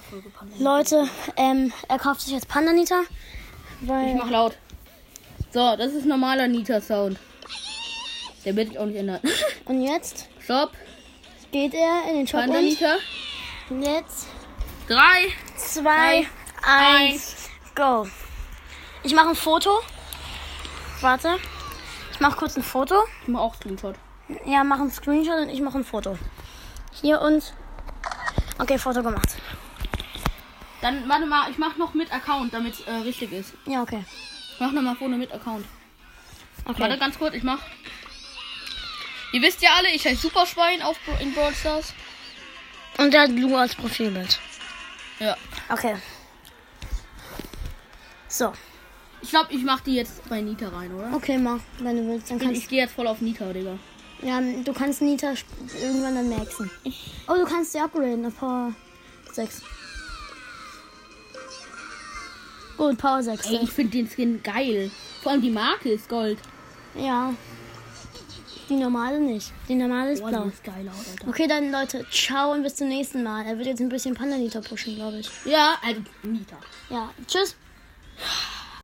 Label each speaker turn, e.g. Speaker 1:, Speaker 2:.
Speaker 1: Folge Panda.
Speaker 2: Leute, ähm, er kauft sich jetzt Pandanita.
Speaker 3: Ich
Speaker 2: Weil.
Speaker 3: mach laut. So, das ist normaler Nita-Sound. Der wird sich auch nicht ändern.
Speaker 2: Und jetzt
Speaker 3: Stopp.
Speaker 2: geht er in den Shop
Speaker 3: Panda
Speaker 2: und
Speaker 3: Nita.
Speaker 2: jetzt
Speaker 3: Drei.
Speaker 2: zwei, eins, go. Ich mache ein Foto. Warte. Ich mache kurz ein Foto.
Speaker 3: Ich mach auch Screenshot.
Speaker 2: Ja, mach ein Screenshot und ich mache ein Foto. Hier und. Okay, Foto gemacht.
Speaker 3: Dann, warte mal, ich mach noch mit Account, damit es äh, richtig ist.
Speaker 2: Ja, okay.
Speaker 3: Ich mach nochmal Foto mit Account. Warte
Speaker 2: Okay.
Speaker 3: ganz kurz, ich mach. Ihr wisst ja alle, ich heiße Superschwein auf Bra- in Brawl Stars.
Speaker 2: Und der hat Blue als Profilbild.
Speaker 3: Ja.
Speaker 2: Okay. So.
Speaker 3: Ich glaube, ich mach die jetzt bei Nita rein, oder?
Speaker 2: Okay, mach, wenn du willst. Dann
Speaker 3: Ich,
Speaker 2: kannst
Speaker 3: ich gehe jetzt voll auf Nita, Digga.
Speaker 2: ja, du kannst Nita sp- irgendwann dann maxen. Oh, du kannst sie upgraden auf Power 6. Gut, Power 6.
Speaker 3: Ey, ich finde den Skin geil. Vor allem die Marke ist Gold.
Speaker 2: Ja. Die normale nicht. Die normale ist
Speaker 3: Boah,
Speaker 2: blau.
Speaker 3: Oh, die ist geil aus, Alter.
Speaker 2: Okay, dann Leute, ciao und bis zum nächsten Mal. Er wird jetzt ein bisschen Pandanita pushen, glaube ich.
Speaker 3: Ja, also Nita.
Speaker 2: Ja, tschüss.